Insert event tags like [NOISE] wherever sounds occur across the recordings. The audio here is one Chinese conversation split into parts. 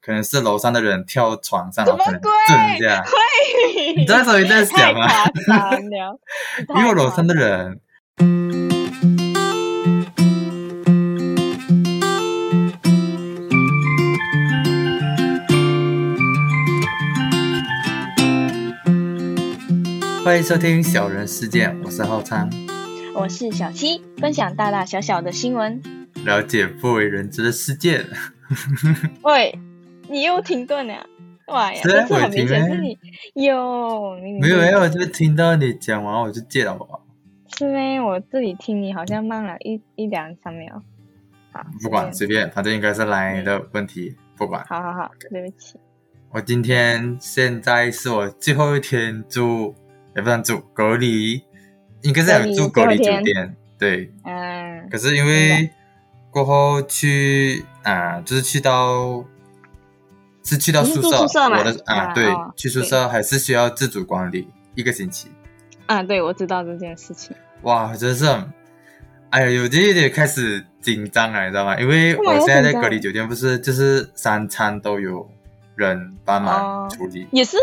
可能是楼上的人跳床上，什然么后可能鬼震人家。嘿，你知道所以在想吗，太夸张了 [LAUGHS] 因为楼上的人，欢迎收听《小人事件》，我是浩昌，我是小七，分享大大小小的新闻。了解不为人知的事件。喂，你又停顿了，哇呀，是啊这次很明显我是停你有，你没有没有，我就听到你讲完我就戒了我，是咩？我这里听你好像慢了一一两三秒。好，不管随随便，反正应该是来的问题，不管便。好好好，对不起。我今天现在是我最后一天住，也不算住隔离，应该是有住隔隔离酒离最后一天店。对，嗯可是因明为过后去啊、就是去到是去到你宿是舍，住宿舍嘛我的啊，啊对，哦去宿舍还是需要自主管理一个星期。啊，对，我知道这件事情。哇，真是很，哎呀，有点有点开始紧张了，你知道吗？因为干嘛我要现在在紧张隔离酒店，不是就是三餐都有人帮忙哦处理。也是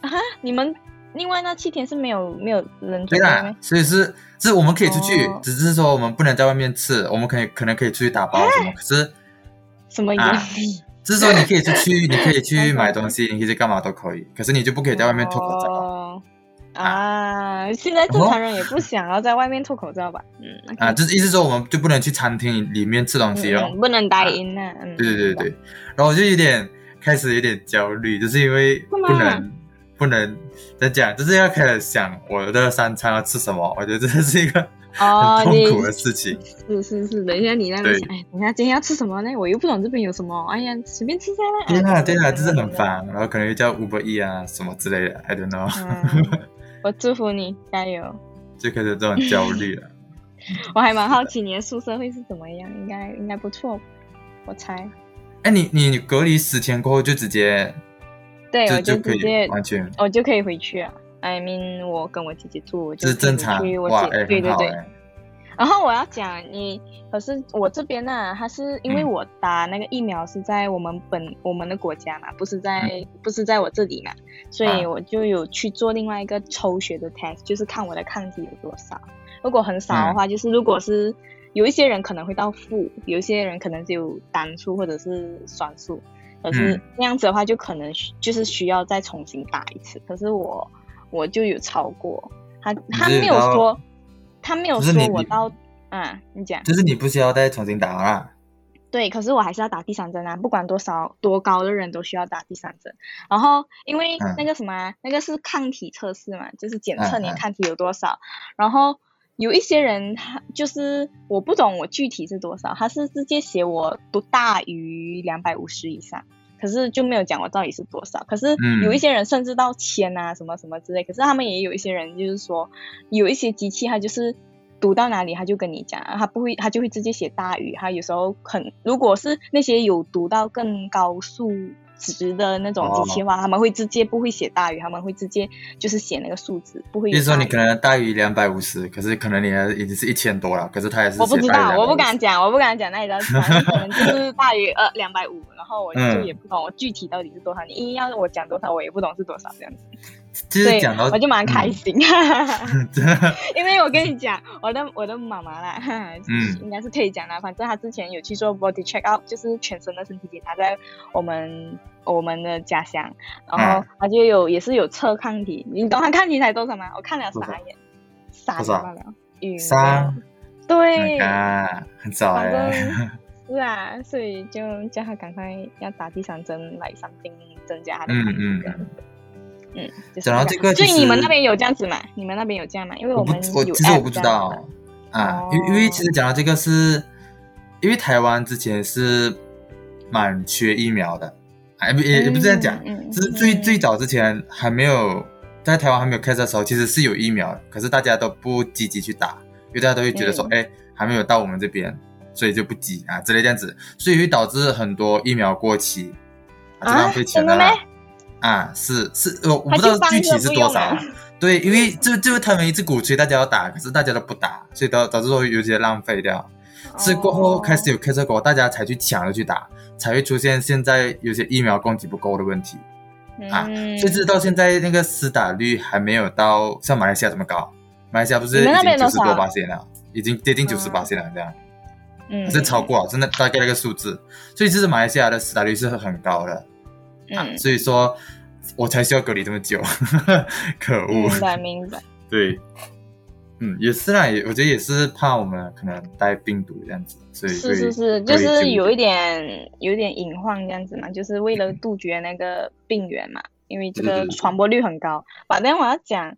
啊，你们另外那七天是没有没有人对准备的啦吗，？所以是是我们可以出去，哦只是说我们不能在外面吃，我们可以可能可以出去打包什么。可是什么原啊理？只是说你可以出去，你可以去 OK 买东西，你可以去干嘛都可以，可是你就不可以在外面脱口罩罩。哦啊，现在正常人也不想要在外面脱口罩吧？嗯啊！就是意思说我们就不能去餐厅里面吃东西嗯哦。嗯不能打赢呢。嗯，啊对对对明对，然后我就有点开始有点焦虑，就是因为不干嘛能不能再讲，就是要开始想我的三餐要吃什么，我觉得这是一个白。哦，很痛你苦的事情。是是是，等一下你那边对想，哎，等一下今天要吃什么呢？我又不懂这边有什么，哎呀，随便吃下来。对啦哎对啦，就是很。怎么烦，然后可能又叫 Uber E 啊什么之类的，I don't know， [LAUGHS] 怎么怎么嗯，我祝福你，加油！就开始这种焦虑了。我还蛮好奇你的宿舍会是怎么样，应该应该不错，我猜。哎，你你隔离十天过后就直接对，就我就可直以接完全我就可以回去啊。I mean，我跟我姐姐住，我这就是可以正常回去我哇，姐哎对很对好对。哎，然后我要讲你，可是我这边呢、它是因为嗯我打那个疫苗是在我们本、我们的国家嘛，不是在、不是在我这里嘛，所以嗯啊我就有去做另外一个抽血的 test，就是看我的抗体有多少。如果很少啊的话，就是如果是有一些人可能会到负，有一些人可能只有单数或者是双数，可是嗯那样子的话就可能需就是需要再重新打一次。可是我我就有超过，他他是没有到说他没有就是说你我你到嗯，你讲就是你不需要再重新打啦。对，可是我还是要打第三针啊，不管多少多高的人都需要打第三针。然后因为嗯那个什么啊、那个是抗体测试嘛，就是检测你嗯的嗯抗体有多少。然后有一些人他就是我不懂我具体是多少，他是直接写我不大于两百五十以上。可是就没有讲我到底是多少。可是嗯有一些人甚至到千啊什么什么之类，可是他们也有一些人就是说，有一些机器它就是读到哪里他就跟你讲，他不会他就会直接写大于，他有时候很如果是那些有读到更高数。值的那哦种机器的话，他们会直接不会写大于，他们会直接就是写那个数字，不会比有如说大你于可能大于两百五十，可是可能你的已经是一千多了，可是他也是我不写知大于道，我不敢250。讲，我不敢讲那一张床，可能就是大于呃两百五，然后我就嗯也不懂我具体到底是多少，你硬要我讲多少，我也不懂是多少这样子，就所是以讲到我就蛮开心，嗯 [LAUGHS] 真的因为我跟你讲，我的我的妈妈啦，哈嗯应该是可以讲啦，反正她之前有去做 body check up，就是全身的身体检查，在我们我们的家乡，然嗯后她就有也是有测抗体，你懂她抗体才多少吗？我看了多少傻眼，傻多眼少罢了，晕三哎了，那对。个，Oh 很少反哎。 [LAUGHS] 正是啊，所以就叫他赶快要打第三针来伤病，增加他的嗯抗体嗯这样子嗯，就是讲到样这个所以其你们实那边有这样子吗？你们那边有这样吗？因为我不们，我有其实我 app 不知这样子道啊，因、哦因为其实讲到这个是，因为台湾之前是蛮缺疫苗的，啊，也不也也不是这样讲，嗯嗯就是最嗯最早之前还没有在台湾还没有开始的时候，其实是有疫苗的，可是大家都不积极去打，因为大家都会觉得说，哎、还没有到我们这边，所以就不急啊之类这样子，所以会导致很多疫苗过期，啊，就啊浪费钱真的了啦咩。啊，是是，呃，我他不知道就放具体着是不多用少啊啊，对，哦因为就就他们一直鼓吹大家要打，可是大家都不打，所以导导致说有些浪费掉。是过后开始有 case 过后，大家才去抢着去打，才会出现现在有些疫苗供给不够的问题啊。嗯甚至到现在那个施打率还没有到像马来西亚这么高，马来西亚不是已你们那经边九十多多少啊八线了，已经接近嗯九十八线了这样。嗯，是超过了，真的大概那个数字，所以这是马来西亚的死打率是很高的，啊嗯，所以说我才需要隔离这么久， [LAUGHS] 可恶，明白明白，对，嗯，也是啦，也我觉得也是怕我们可能带病毒这样子，所以是是会是，就所以就是有一点有一点隐患这样子嘛，就是为了杜绝那个病源嘛，因为嗯对这对个对对传播率很高。反正我要讲，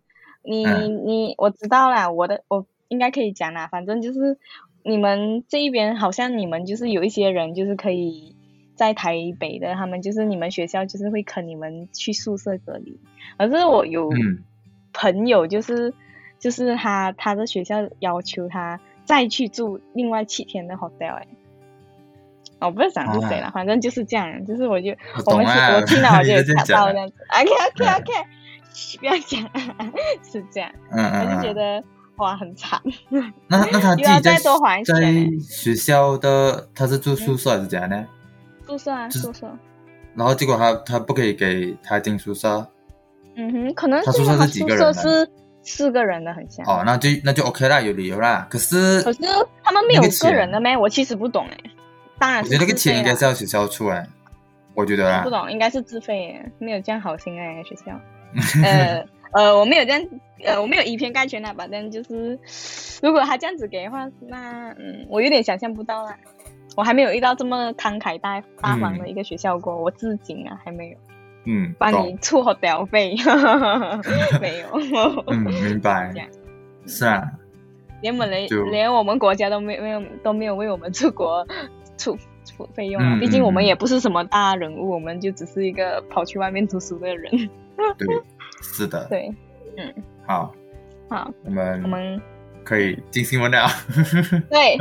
你嗯你我知道啦，我的我应该可以讲啦，反正就是你们这一边好像你们就是有一些人就是可以。在台北的，他们就是你们学校就是会坑你们去宿舍隔离，可是我有嗯朋友就是就是他他的学校要求他再去住另外七天的 hotel 哎、我不是讲是谁了，反正就是这样，就是我就啊我我懂们是啊，我听到我就你有在这样想讲到啊这，样 [LAUGHS] 子，OK OK OK，不 [LAUGHS] 要讲， [LAUGHS] 是这样，嗯我嗯就觉嗯，得哇很惨，那那他自又要己在再多还钱在欸学校的他是住宿舍还是怎样呢？宿舍啊就是宿舍，然后结果他他不可以给他进宿舍，嗯哼，可能他是宿因舍为他是几宿个人舍啊是四个人的，很像。哦，那就那就 OK 啦，有理由啦，可是可是他们没有那个钱个人的咩？我其实不懂哎，当然我是觉得那个自费钱应该啦是要学校出哎，我觉得啦不。懂，应该是自费耶，没有这样好 [LAUGHS] 心哎，学校。呃呃，我没有这样，呃，我没有以偏概全啦，反正就是，如果他这样子给的话，那嗯，我有点想象不到啦。我还没有遇到这么慷慨大大方的一个学校过，我至今啊还没有嗯，帮你懂。出 hotel 费， [LAUGHS] 没有， [LAUGHS] 嗯，明白这样。是啊，连我们 [LAUGHS] 连就连我们国家都没没有都没有为我们出国出出费用啊，嗯毕竟我们嗯嗯也不是什么大人物，我们就只是一个跑去外面读书的人，对，是的。对。好，好，我们我们可以进新闻了。对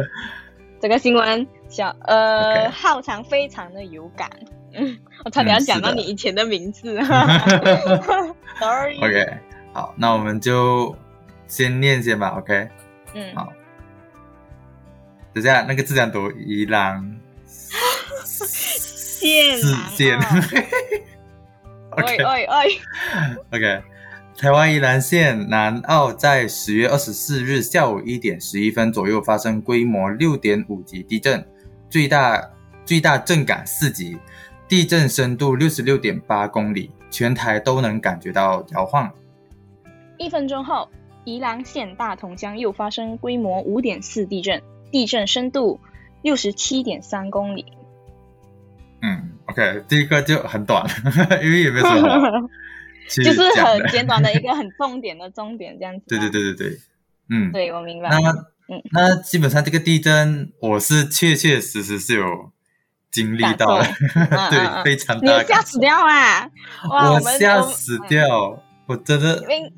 这个新闻小呃 OK 浩长非常的有感，嗯，我差点要嗯讲是到的你以前的 [LAUGHS] 名字，sorry， [LAUGHS] OK，好，那我们就先念先吧。OK，嗯好等一下那个字想读伊 [LAUGHS] 朗自荐剑剑， [LAUGHS] 哦喂 OK 喂喂， [LAUGHS] OK，台湾宜兰县南澳在十月二十四日下午一点十一分左右发生规模六点五级地震，最大最大震感四级，地震深度六十六点八公里，全台都能感觉到摇晃。一分钟后，宜兰县大同乡又发生规模五点四地震，地震深度六十七点三公里，嗯，OK，这个就很短， [LAUGHS] 因为也没有什 [LAUGHS] 么去就是讲很的。简短的一个很重点的重点这样子，[LAUGHS] 对啊对，对对对，嗯，对我明白，那嗯那基本上这个地震，我是确确实实是有经历到的感，嗯 [LAUGHS] 嗯对，嗯非常你大的吓感死受。掉啊！哇，我们吓我们死掉！我真的因为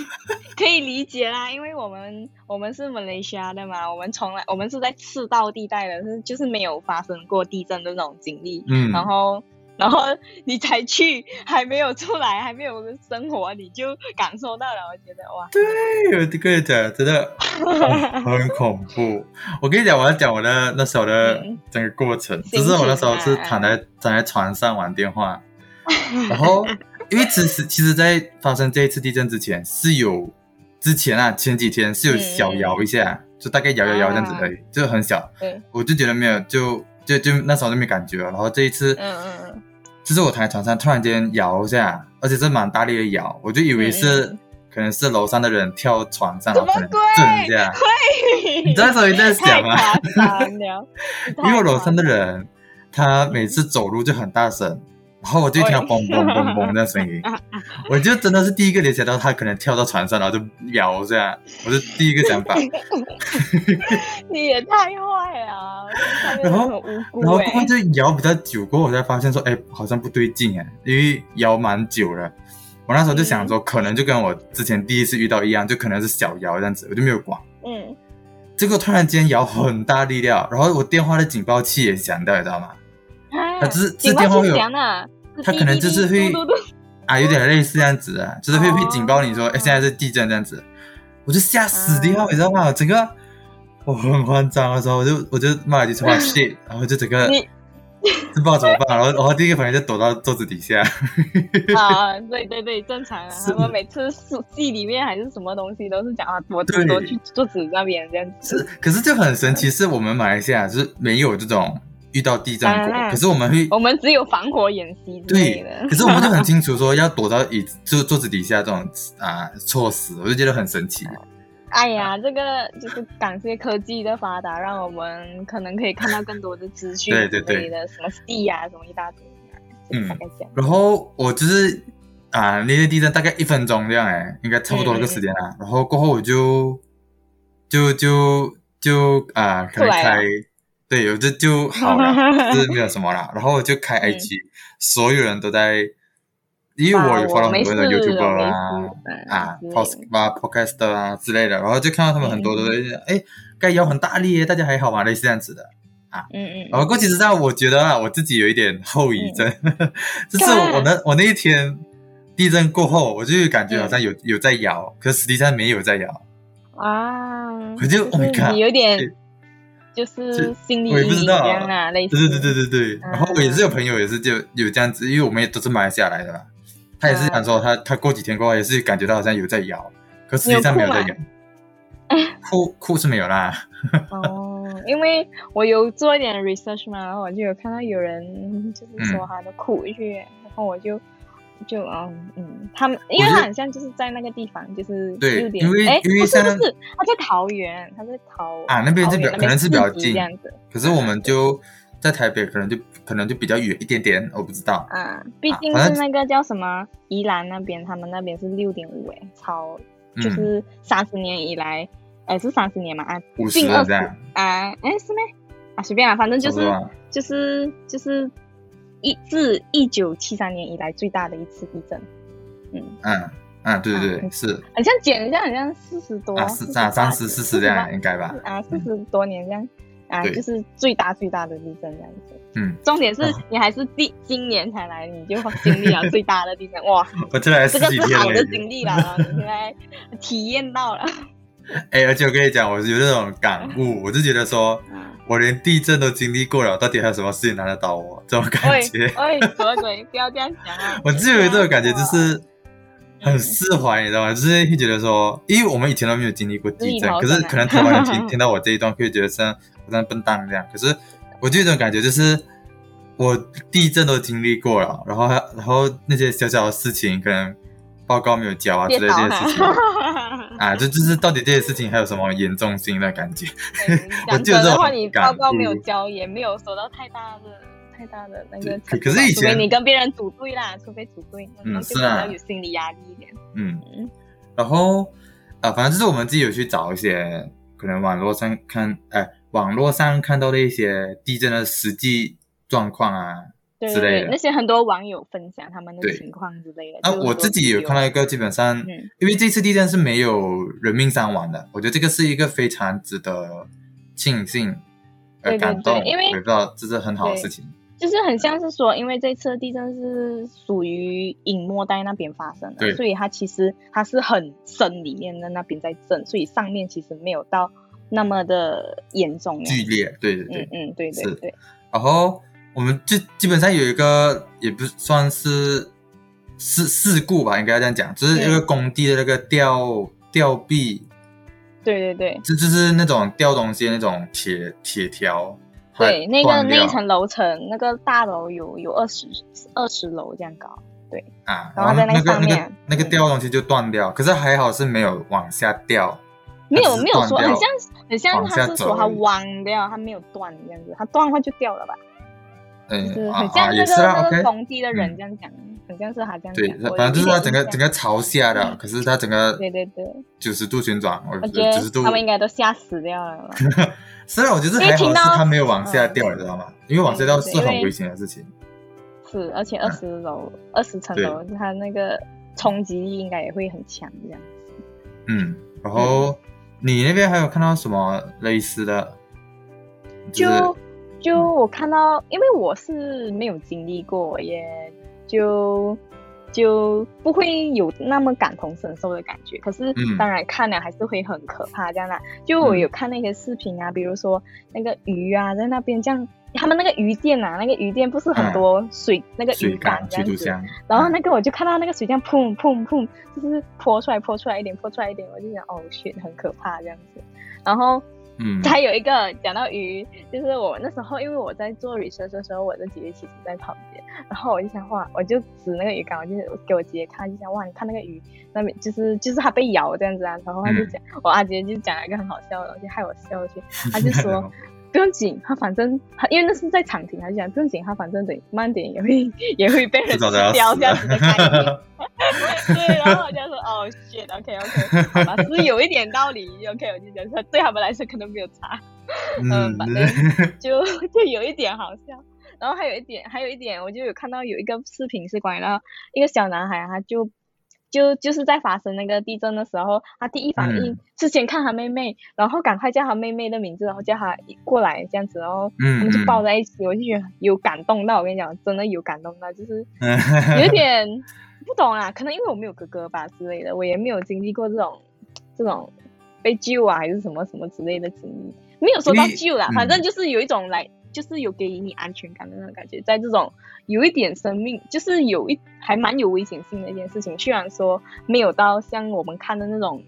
[LAUGHS] 可以理解啦，因为我们我们是马来西亚的嘛，我们从来我们是在赤道地带的，是就是没有发生过地震的那种经历。嗯，然后，然后你才去，还没有出来，还没有生活，你就感受到了。我觉得哇，对，我跟你讲，真 [LAUGHS] 的、哦很恐怖。我跟你讲，我要讲我的那时候的嗯整个过程，心就是我那时候情是啊躺在躺在床上玩电 [LAUGHS] 话，然后因为其实其实，在发生这一次地震之前是有之前啊前几天是有嗯小摇一下，就大概摇摇摇这样子而已，就很小，啊对，我就觉得没有，就就就那时候就没感觉了。然后这一次，嗯嗯 [LAUGHS] 嗯，就是我躺在床上突然间摇一下，而且是蛮大力的摇，我就以为是、嗯嗯可能是楼上的人跳床上，什然么后可能鬼震一下。你知道那时候你在太想吗？，夸张了 [LAUGHS] 因为我楼上的人他每次走路就很大声，然后我就听 [LAUGHS] 到喂嘣嘣嘣嘣的声音，我就真的是第一个联想到他可能跳到床上，然后就摇一下，我是第一个想 [LAUGHS] 法。你也太坏了，上面然后很无辜然后哎、过后就摇比较久过后，我才发现说，哎，好像不对劲哎，因为摇蛮久了。我那时候就想嗯说，可能就跟我之前第一次遇到一样，就可能是小摇这样子，我就没有管。嗯，结果突然间摇很大力量，然后我电话的警报器也响到，你知道吗？啊它只是这警报电话器会有响啊，它可能就是会嘟嘟嘟啊，有点类似这样子啊，就是会哦会警告你说，哎，现在是地震这样子，我就吓死掉，啊你知道吗？整个我很慌张的时候，我就我就骂了一 [LAUGHS] 句 shit，然后就整个你不知道怎么办，然后然后第一个反应就躲到桌子底下。 [LAUGHS] 啊，对对对，正常啊。是他们每次是戏里面还是什么东西都是讲啊，我对躲去桌子那边这样子。是，可是就很啊神奇，是我们马来西亚就是没有这种遇到地震过，啊可是我们会我们只有防火演习之对类的，可是我们就很清楚说要躲到椅子就桌子底下这种啊、措施，我就觉得很神奇。哎呀，这个就是感谢科技的发达，让我们可能可以看到更多的资讯对对之类的，什么地呀、什么一大堆、啊，就嗯大概这样。然后我就是啊、那些地震大概一分钟这样哎，应该差不多那个时间啊。然后过后我就就就就啊、可能出来了开对，我就就好 [LAUGHS] 了，就是没有什么啦。然后我就开嗯 IG，、所有人都在，因为我有哇 follow 没很事，多啊我的没事 YouTuber 啊。啊嗯，post 啊，podcast 啊之类的，然后就看到他们很多都在哎，该摇很大力耶，大家还好吗？类似这样子的。嗯嗯，然后，不哦过其实上我觉得啊，我自己有一点后遗症，嗯 [LAUGHS] 就是我那我那一天地震过后，我就感觉嗯好像有、有在摇，可实际上没有在摇，啊，我就 Oh my 是 God，嗯你有点对就是心理我也阴不知影道这样啊，类似对对对对对。嗯然后我也是有朋友也是就有这样子，因为我们也都是马来西亚来的嘛，他嗯也是想说他他过几天过后也是感觉到好像有在摇，可实际上没有在你有啊摇， [LAUGHS] 哭哭是没有啦，哦，因为我有做一点 research 嘛，然后我就有看到有人嗯就是说他的苦穴，然后我就就嗯嗯，他们因为我他就好像就是在那个地方，就是对六点因为哎，因为不是像不是，他在桃园，他在桃啊那边是比较桃园可能是比较近市集这样子可是我们就在台北，可能就可能就比较远一点点，我不知道。啊，毕啊竟反是正那个叫什么宜兰那边，他们那边是六点五哎，超就嗯，是三十年以来，哎是三十年嘛啊，五十近二这十样，啊哎是咩啊随便啊，反正就差不是多。啊就是就是一自一九七三年以来最大的一次地震，嗯，嗯嗯，对对对，啊是。好像减一下，好像四十多，啊，四啊三十四十这样应该吧嗯吧，？啊，四十多年这样，啊，对就是最大最大的地震这样子。嗯，重点是啊你还是第今年才来，你就经历了最大的地 [LAUGHS] 震，哇，我这来十嗯这个几是天好了的已经。经历了，然后你现在体验到 [LAUGHS] 了。哎，而且我跟你讲，我有那种感嗯悟，我就觉得说，我连地震都经历过了，到底还有什么事情难得倒我？这种感喂觉，喂，什鬼？不要这样想 [LAUGHS] 啊！我自己有这种感觉， [LAUGHS] 就是很嗯释怀，你知道吗？就是会觉得说，因为我们以前都没有经历过地震，自己逃可生啊是可能台湾人听听到我这一段，会觉得像好像笨蛋这样。可是我就有一种感觉，就是我地震都经历过了，然后还然后那些小小的事情，可能报告没有交啊之跌类倒这些事情。哈。啊，这就是到底这些事情还有什么严重性的感觉？我讲就有这真的种话，你感嗯报告没有悟交，也没有收到太大的太大的那可个成可就是吧以除非前你跟别人组队啦，除非组队，嗯那是就比啊较有心理压力一点。嗯嗯，然后啊、反正就是我们自己有去找一些可能网络上看，哎、网络上看到的一些地震的实际状况啊。对之对类的对，那些很多网友分享他们的对情况之类的。那、就很啊我多自己有 video 看到一个，基本上、嗯因为这次地震是没有人命伤亡的，我觉得这个是一个非常值得庆幸、呃对对感动，对因为我也不知道这是很好的对事情。就是很像是说，因为这次的地震是属于隐没带那边发生对的，所以它其实它是很深里面的那边在震，所以上面其实没有到那么的严重那样。剧烈，对对对。嗯嗯，对对是对，然后我们就基本上有一个也不算是事事故吧，应该这样讲，就是那个工地的那个吊吊臂，对对对。就就是那种吊东西的那种铁铁条，它对，那个断那掉一层楼层，那个大楼有有二十二十楼这样高，啊，然后在那那个个上那个面那个嗯吊东西就断掉，可是还好是没有往下掉，没它只有是没有说断很掉像很像往下他是走说他而已弯掉，他没有断这样子，他断的话就掉了吧，就嗯是啊很像啊那也个是啦那个，OK，工地的人嗯这样讲，很像是他这样对讲，我，反正就有是它一点整个印象整个朝下的，呃嗯可是它整个对对对，九十度旋转，我我觉九十得度他们应该都吓死掉 [LAUGHS] 了吧，虽然我觉得还好是它没有往嗯下掉，你知道吗？因为往下掉是很危险的事情。是，而且二十楼二十层对楼，他那个冲击力应该也会很强这样。嗯，然后你那边还有看到什么类似的？是就就嗯我看到，因为我是没有经历过，也就就不会有那么感同身受的感觉。可是嗯当然看了还是会很可怕这样啦。就我嗯有看那些视频啊，比如说那个鱼啊，在那边这样，他们那个鱼店啊，那个鱼店不是很嗯多水、那个水鱼缸、这驱样逐子，箱，然后嗯那个我就看到那个水这样砰砰砰，就是泼出来泼出来一点泼出来一点，我就想哦 shit 很可怕这样子。然后嗯还有一个讲到鱼，就是我那时候因为我在做 research 的时候，我的姐姐其实在旁边，然后我就想哇，我就指那个鱼竿，我就给我姐姐看，就想哇，你看那个鱼那边就是就是它被咬这样子啊，然后她就嗯讲，我阿姐就讲了一个很好笑的东西，害我笑去，她就 [LAUGHS] 说。不用紧，他反正他因为那是在场庭，他就讲不用紧，他反正等慢点也会也会被人至吃少都要掉死这样子的概念。了。对，然后我就说哦，shit，OK OK，好吧，是有一点道理，OK，我就觉得说对他们来说可能没有差，嗯嗯，反正 [LAUGHS] 就就有一点好笑。然后还有一点，还有一点，我就有看到有一个视频是关于到一个小男孩，他就就就是在发生那个地震的时候，他第一反嗯应是先看他妹妹，然后赶快叫他妹妹的名字，然后叫他过来这样子，然后他嗯们就抱嗯在一起，我就觉得有感动到，我跟你讲，真的有感动到，就是 [LAUGHS] 嗯，有点不懂啊，可能因为我没有哥哥吧之类的，我也没有经历过这种这种被救啊还是什么什么之类的经历，没有说到因为救啦，嗯反正就是有一种来，就是有给予你安全感的那种感觉，在这种有一点生命，就是有一还蛮有危险性的一件事情，虽然说没有到像我们看的那种。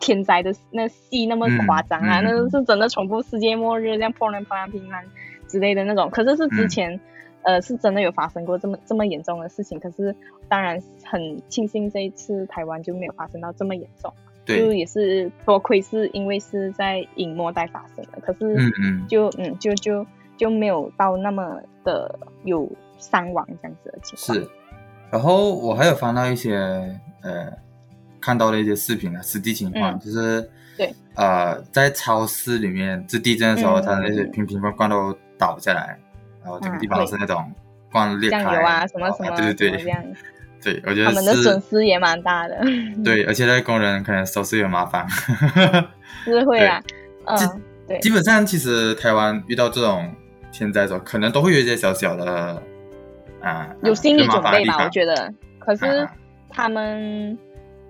天灾的那戏那么嗯夸张啊，嗯那是真的重复世界末日，这样砰然砰然乒乓之类的那种。可是是之嗯前，呃，是真的有发生过这么这么严重的事情。可是当然很庆幸这一次台湾就没有发生到这么严重，就 [LAUGHS] 对，也是多亏是因为是在隐没带发生的，可嗯是嗯，就嗯就就就没有到那么的有伤亡这样子的情况。是。然后我还有翻到一些呃，看到的一些视频啊，实际情况、嗯就是，对，呃，在超市里面，就地震的时候，嗯它的那些嗯嗯瓶瓶罐罐都倒下来，然后整个啊地方都是那种罐裂开，酱油啊，什么然后什么，对对什么这对，样，对我觉他得们的是损失也蛮大的，对，而且那工人可能收拾也麻烦。 [LAUGHS] 是会啊，嗯这，对，基本上，其实台湾遇到这种天灾的时候，可能都会有一些小小的啊，有心理准备吧，我得。觉得。可是啊他们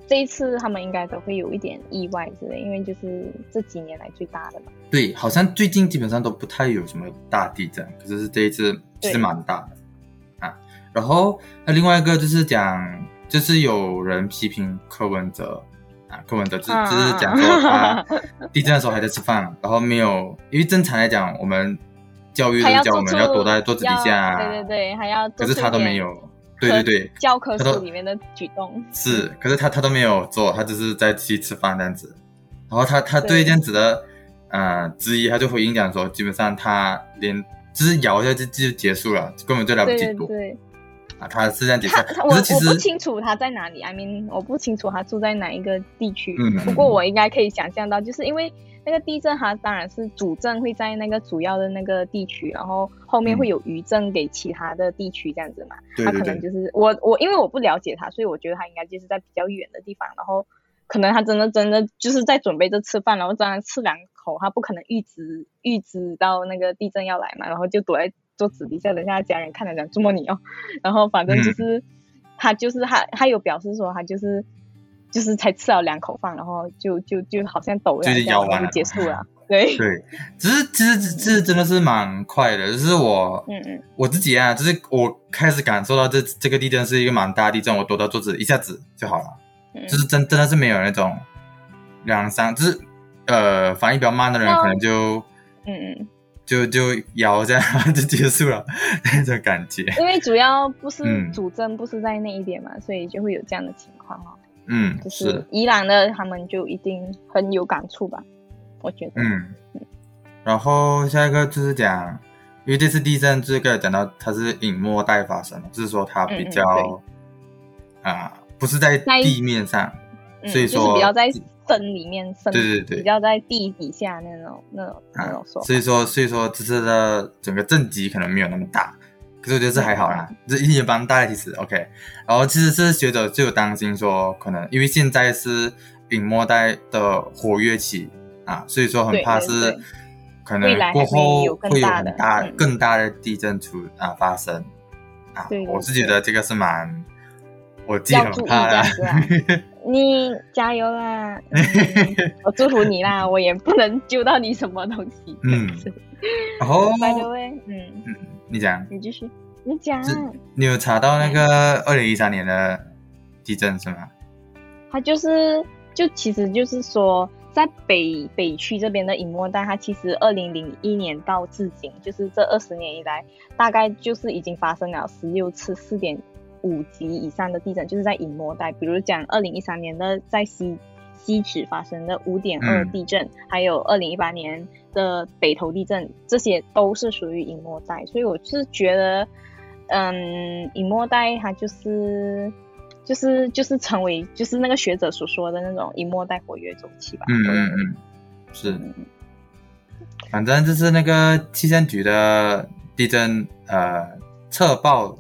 这一次，他们应该都会有一点意外之类，因为就是这几年来最大的嘛。对，好像最近基本上都不太有什么大地震，可是这一次对是蛮大的啊。然后那另外一个就是讲，就是有人批评柯文哲啊，柯文哲就是啊就是讲说他地震的时候还在吃饭，然后没有，因为正常来讲我们教育都他是要教我做们出要躲在桌子底下啊，要对对对，还要可做是出一点。他都没有，对对对，教科他都书里面的举动。是，可是他他都没有做，他只是在去吃饭这样子。然后他他对对这样子的呃质疑，他就回应讲说，基本上他连就是摇一下就就结束了，根本就来不对及对躲对，啊。他是这样解释他，他我可是其我不实清楚他在哪里，I mean 我不清楚他住在哪一个地区。嗯，不过我应该可以想象到，就是因为那个地震，它当然是主震会在那个主要的那个地区，然后后嗯面会有余震给其他的地区这样子嘛。对他对可能对，就是我我因为我不了解他，所以我觉得他应该就是在比较远的地方，然后可能他真的真的就是在准备着吃饭，然后这样吃两口，他不可能预知预知到那个地震要来嘛，然后就躲在桌子底下，等下家人看了讲这么你哦，然后反正嗯就是、他就是他他有表示说他就是就是才吃了两口饭，然后就就就好像抖了就是一下，咬完然后了就结束了，对，对，只是其实其实真的是蛮快的，就是我嗯嗯，我自己啊，就是我开始感受到这这个地震是一个蛮大的地震，我躲到桌子一下子就好了。嗯就是真真的是没有那种两三，就是呃反应比较慢的人，那可能就嗯嗯。就就摇这样 [LAUGHS] 就结束了那种感觉。 [LAUGHS] 因为主要不是嗯主政不是在那一边嘛，所以就会有这样的情况哦。嗯，就是是，伊朗的他们就一定很有感触吧，我觉得。嗯。然后下一个就是讲，因为这次地震这个讲到它是隐没带发生的，就是说它比较啊、不是在在地面上，嗯，所以就是说比较在深里面深，对对对啊比较在地底下那种那种那种说法。所以说，所以说这次的整个震级可能没有那么大，可是我觉得是还好啦，嗯这一年蛮大的其实 OK。然后其实是学者就有担心说，可能因为现在是隐没带的活跃期啊，所以说很对怕对是对可未能来过还会后有更会有大很的大嗯更大的地震出啊发生啊对，对我是觉对得这个是蛮我记要很注意这怕啦样。子啊。你加油啦！嗯我祝福你啦！我也不能救到你什么东西。 [LAUGHS] 嗯 [LAUGHS] 哦然后 By the way，嗯，你讲，你继续，你讲，是你有查到那嗯个二零一三年的地震是吗？它就是就其实就是说，在北北区这边的隐没带，它其实二零零一年到至今，就是这二十年以来，大概就是已经发生了十六次四点五级以上的地震，就是在隐没带，比如讲二零一三年的在西西址发生的五点二嗯地震，还有二零一八年的北投地震，这些都是属于隐没带，所以我是觉得，嗯，隐没带它就是。就是就是成为就是那个学者所说的那种隐没带活跃周期吧。嗯我嗯认为嗯，是，嗯嗯反正就是那个气象局的地震呃测报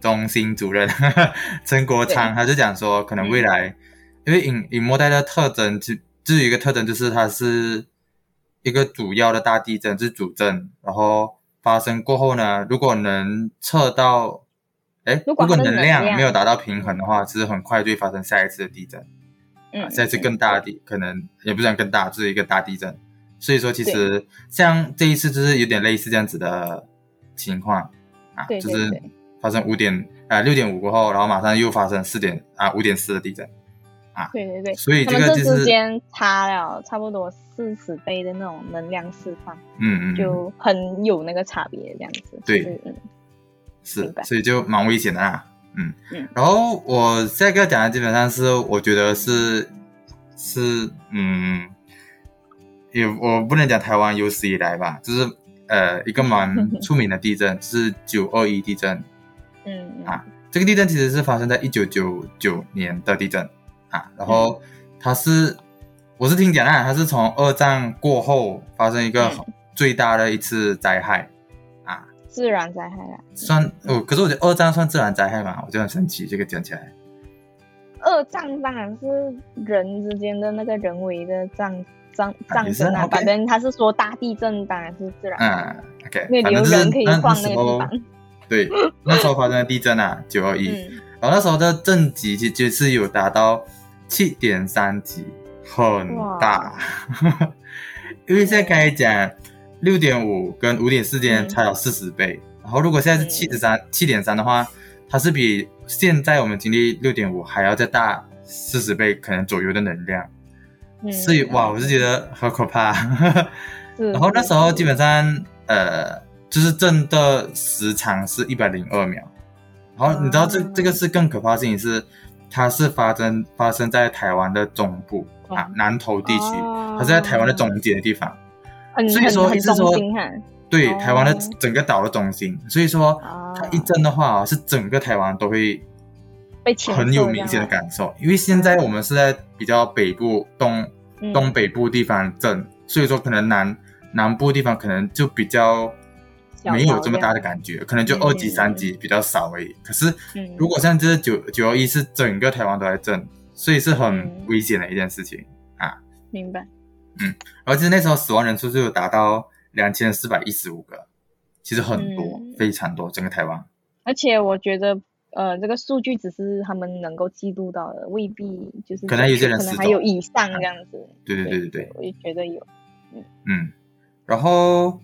中心主任 [LAUGHS] 陈国昌，他就讲说，可能未来，因为隐隐没带的特征，就至于一个特征就是它是一个主要的大地震，是主震，然后发生过后呢，如果能测到，哎，如如果果它的能能量量没有达到平衡的话，其实很快就会发生下一次的地震。嗯，下一次更大的地，可能也不算更大，就是一个大地震。所以说，其实像这一次就是有点类似这样子的情况啊，对对就是对发生五点啊六点五过后，然后马上又发生四点啊五点四的地震，对对对，所以他这们个这就之是间差了差不多四十倍的那种能量释放，嗯嗯嗯就很有那个差别这样子。对嗯嗯明是白，所以就蛮危险的啦，嗯嗯然后我下一个讲的基本上是我觉得是是嗯，也我不能讲台湾有史以来吧，就是呃一个 [LAUGHS] 蛮出名的地震，就是九二一地震。嗯嗯啊这个地震其实是发生在一九九九年的地震啊，然后它是，我是听讲啊，它是从二战过后发生一个嗯最大的一次灾害啊，自然灾害啦。算嗯哦，可是我觉得二战算自然灾害嘛，我就很神奇这个讲起来，二战当然是人之间的那个人为的战战也战是争啊， ，OK 反正他是说大地震当然是自然，嗯，OK，因为反留正就是人可以那那晃那时个地候方。 [LAUGHS] 对，那时候发生的地震啊，九二一，嗯，然后那时候的震级其实是有达到七点三级，很大。 [LAUGHS] 因为现在刚才讲六点五跟五点四间嗯差有四十倍，然后如果现在是七点三七点三的话，它是比现在我们经历六点五还要再大四十倍可能左右的能量，嗯所以哇，我是觉得好可怕。是然后那时候基是本上呃，就是震的时长是一百零二秒。然后你知道这、啊这个是更可怕的事情是，它是发生发生在台湾的中部啊哦南投地区，哦它是在台湾的中间的地方。很所以说很意思很说中心哈。对，哦台湾的整个岛的中心，所以说啊它一震的话、是整个台湾都会被牵很涉有这明样显的啊感受，因为现在我们是在比较北部东嗯东北部地方震，所以说可能南南部地方可能就比较小没有到这么这大样的感觉，可能就嗯二级、三级比较少而已。可是嗯如果像这九九二一是整个台湾都在震，所以是嗯很危险的一件事情。明白，而且那时候死亡人数就有达到两千四百一十五个，其实很多，嗯非常多，整个台湾。而且我觉得。呃，这个数据只是他们能够记录到的，未必就是可能有些人可能失还有踪以上这样子。对对对对对。我也觉得有。嗯，然后，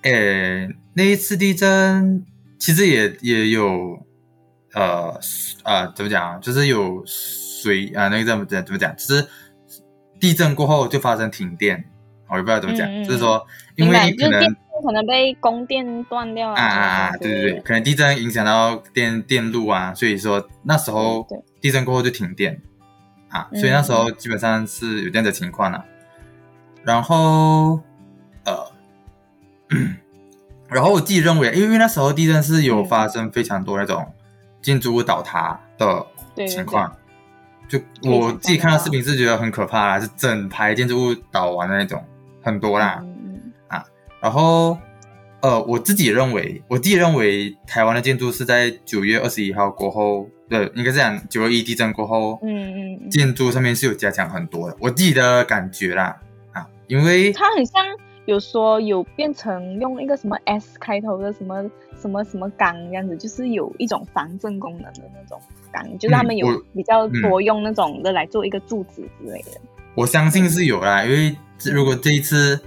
诶，那一次地震其实也也有，呃啊、怎么讲啊？就是有水啊、那个怎么怎怎么讲？就是地震过后就发生停电，哦我也不知道怎么讲，嗯嗯嗯就是说，因明白，为可就是电能线可能被供电断掉啊啊哦啊，对对对，，可能地震影响到电电路啊，所以说那时候对对地震过后就停电啊，嗯所以那时候基本上是有这样的情况了、然后呃， [COUGHS] 然后我自己认为，因为那时候地震是有嗯发生非常多那种建筑物倒塌的对对情对况。就以想我自己象看到得视频是觉得很可怕啦，是整排建筑物倒完的那种，很多啦。嗯然后，呃，我自己认为，我自己认为台湾的建筑是在九月二十一号过后，对，应该是讲九二一地震过后，嗯嗯，建筑上面是有加强很多的，我自己的感觉啦，啊，因为它很像有说有变成用一个什么 S 开头的什么什么什么缸这样子，就是有一种防震功能的那种缸，就是他嗯们有比较多用那种的来做一个柱子之类的。我相信是有啦，因为这如果这一次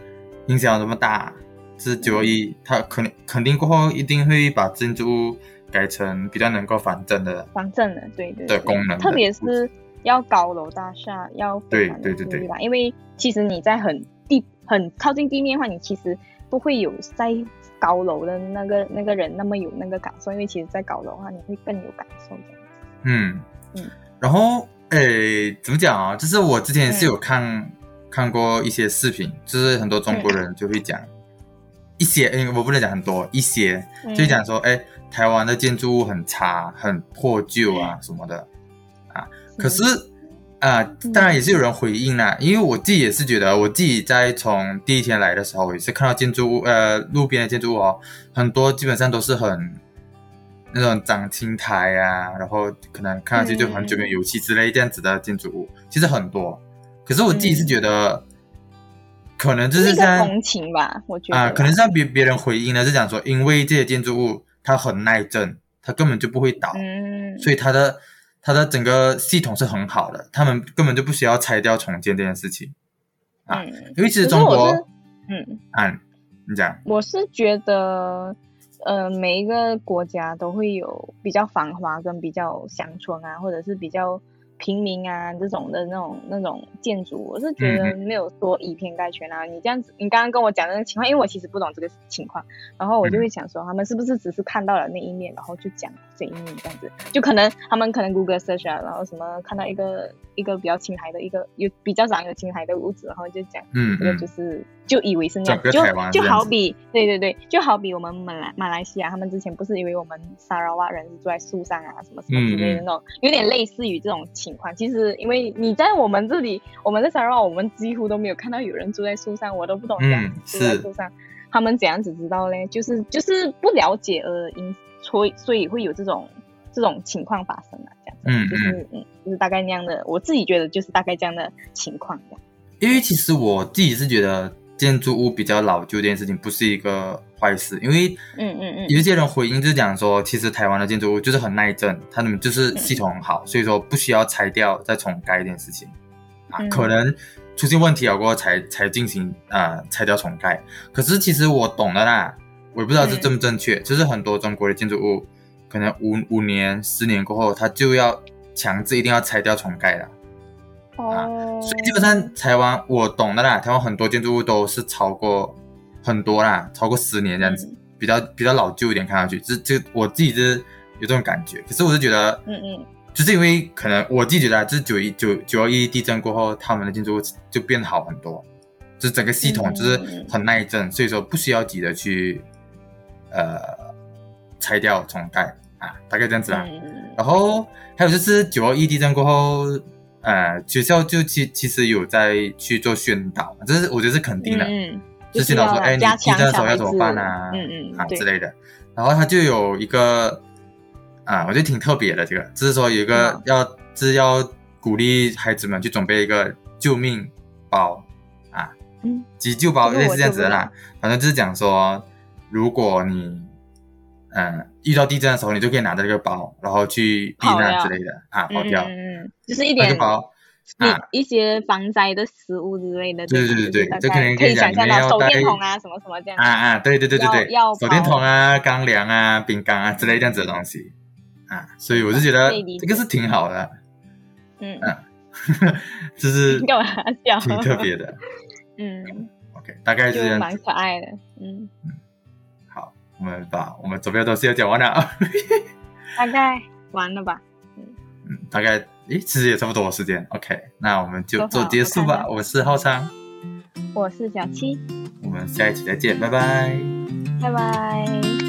影响这么大，是九二一，它肯定肯定过后一定会把建筑物改成比较能够防震的防震的，对对的功能的特别是要高楼大厦要非常对对注对意对吧，因为其实你在很地很靠近地面的话，你其实不会有在高楼的那个那个人那么有那个感受，因为其实，在高楼的话，你会更有感受这样子。嗯嗯，然后诶，怎么讲啊？就是我之前是有看、看过一些视频，就是很多中国人就会讲、一些，诶，我不能讲很多，一些嗯就会讲说，诶，台湾的建筑物很差，很破旧啊什么的。可是嗯啊、当然也是有人回应啦，因为我自己也是觉得，我自己在从第一天来的时候，我也是看到建筑物，呃，路边的建筑物哦，很多基本上都是很那种长青苔啊，然后可能看上去就很久没有油漆之类这样子的建筑物，其实很多。可是我自己是觉得，可能就是是嗯一个像风情吧，我觉得啊，可能像别别人回应呢，是讲说，因为这些建筑物它很耐震，它根本就不会倒。嗯，所以它的它的整个系统是很好的，他们根本就不需要拆掉重建这件事情。啊嗯，因为其实可是中我是国，嗯。啊，你讲，我是觉得，呃，每一个国家都会有比较繁华跟比较乡村啊，或者是比较平民啊这种的那种那种建筑，我是觉得没有说以偏概全啊。你这样子，你刚刚跟我讲的那个情况，因为我其实不懂这个情况，然后我就会想说，他们是不是只是看到了那一面，然后就讲这一面这样子？就可能他们可能 Google search 啊，然后什么看到一个一个比较青苔的一个有比较长有青苔的屋子，然后就讲。嗯这个就嗯是就以为是那样，整个台湾这就就样好子比对对对，就好比我们马来马来西亚，他们之前不是以为我们沙拉瓦人是住在树上啊，什么什么之类嗯的嗯那种，有点类似于这种情况。其实因为你在我们这里，我们在沙拉瓦，我们几乎都没有看到有人住在树上，我都不懂这样嗯子住在是树上，他们怎样子知道嘞？就是就是不了解而因，所以所以会有这种。这种情况发生啊，这样子，嗯就是嗯，就是大概那样的，我自己觉得就是大概这样的情况这样。因为其实我自己是觉得建筑物比较老旧这件事情不是一个坏事，因为嗯嗯嗯，有一些人回应就是讲说，其实台湾的建筑物就是很耐震，他们就是系统很好，所以说不需要拆掉再重盖这件事情啊，嗯可能出现问题了过后才才进行啊、呃拆掉重盖。可是其实我懂的啦，我也不知道是正不正确，就是很多中国的建筑物可能五五年、十年过后，它就要强制一定要拆掉重盖了。啊哦，所以基本上台湾我懂的啦，台湾很多建筑物都是超过很多啦，超过十年这样子，嗯比较比较老旧一点，看上去，这这我自己是有这种感觉。可是我是觉得，嗯嗯，就是因为可能我自己觉得啊，就是九一九九二一地震过后，他们的建筑物就变好很多，就是整个系统嗯就是很耐震，所以说不需要急着去呃拆掉重盖啊，大概这样子啦。嗯然后还有就是九二一地震过后，呃，学校就其其实有在去做宣导，这是我觉得是肯定的，嗯，嗯就就是宣导说，要哎，你加地强震的时小候孩要子怎么办啊，嗯嗯啊对之类的。然后他就有一个啊，我觉得挺特别的，这个就是说有一个嗯要、是要鼓励孩子们去准备一个救命包啊，嗯，急救包这个类我似这样子的就啦，反正就是讲说，如果你嗯、呃遇到地震的时候，你就可以拿着这个包，然后去避跑难掉之类的啊，跑嗯掉、嗯嗯，就是一那个点包。啊一一些防灾的食物之类的，对吧对对就是对大这概可能可可以以想讲象里面要到手带电筒啊，什么什么这样啊啊，对对对对对要要，手电包筒啊、钢梁啊、饼干啊之类这样子的东西啊，所以我就觉得可以理这个是挺好的，嗯，啊 [LAUGHS] 就是干嘛笑？挺特别的。嗯， OK，大概是就这样蛮子。可爱的，嗯，好，我们把我们左边的东西要讲完了， [LAUGHS] 大概完了吧？嗯，大概诶，其实也差不多时间。OK，那我们就多做好结束我看吧。看我是浩昌，我是小七，我们下一期再见，拜拜。拜拜。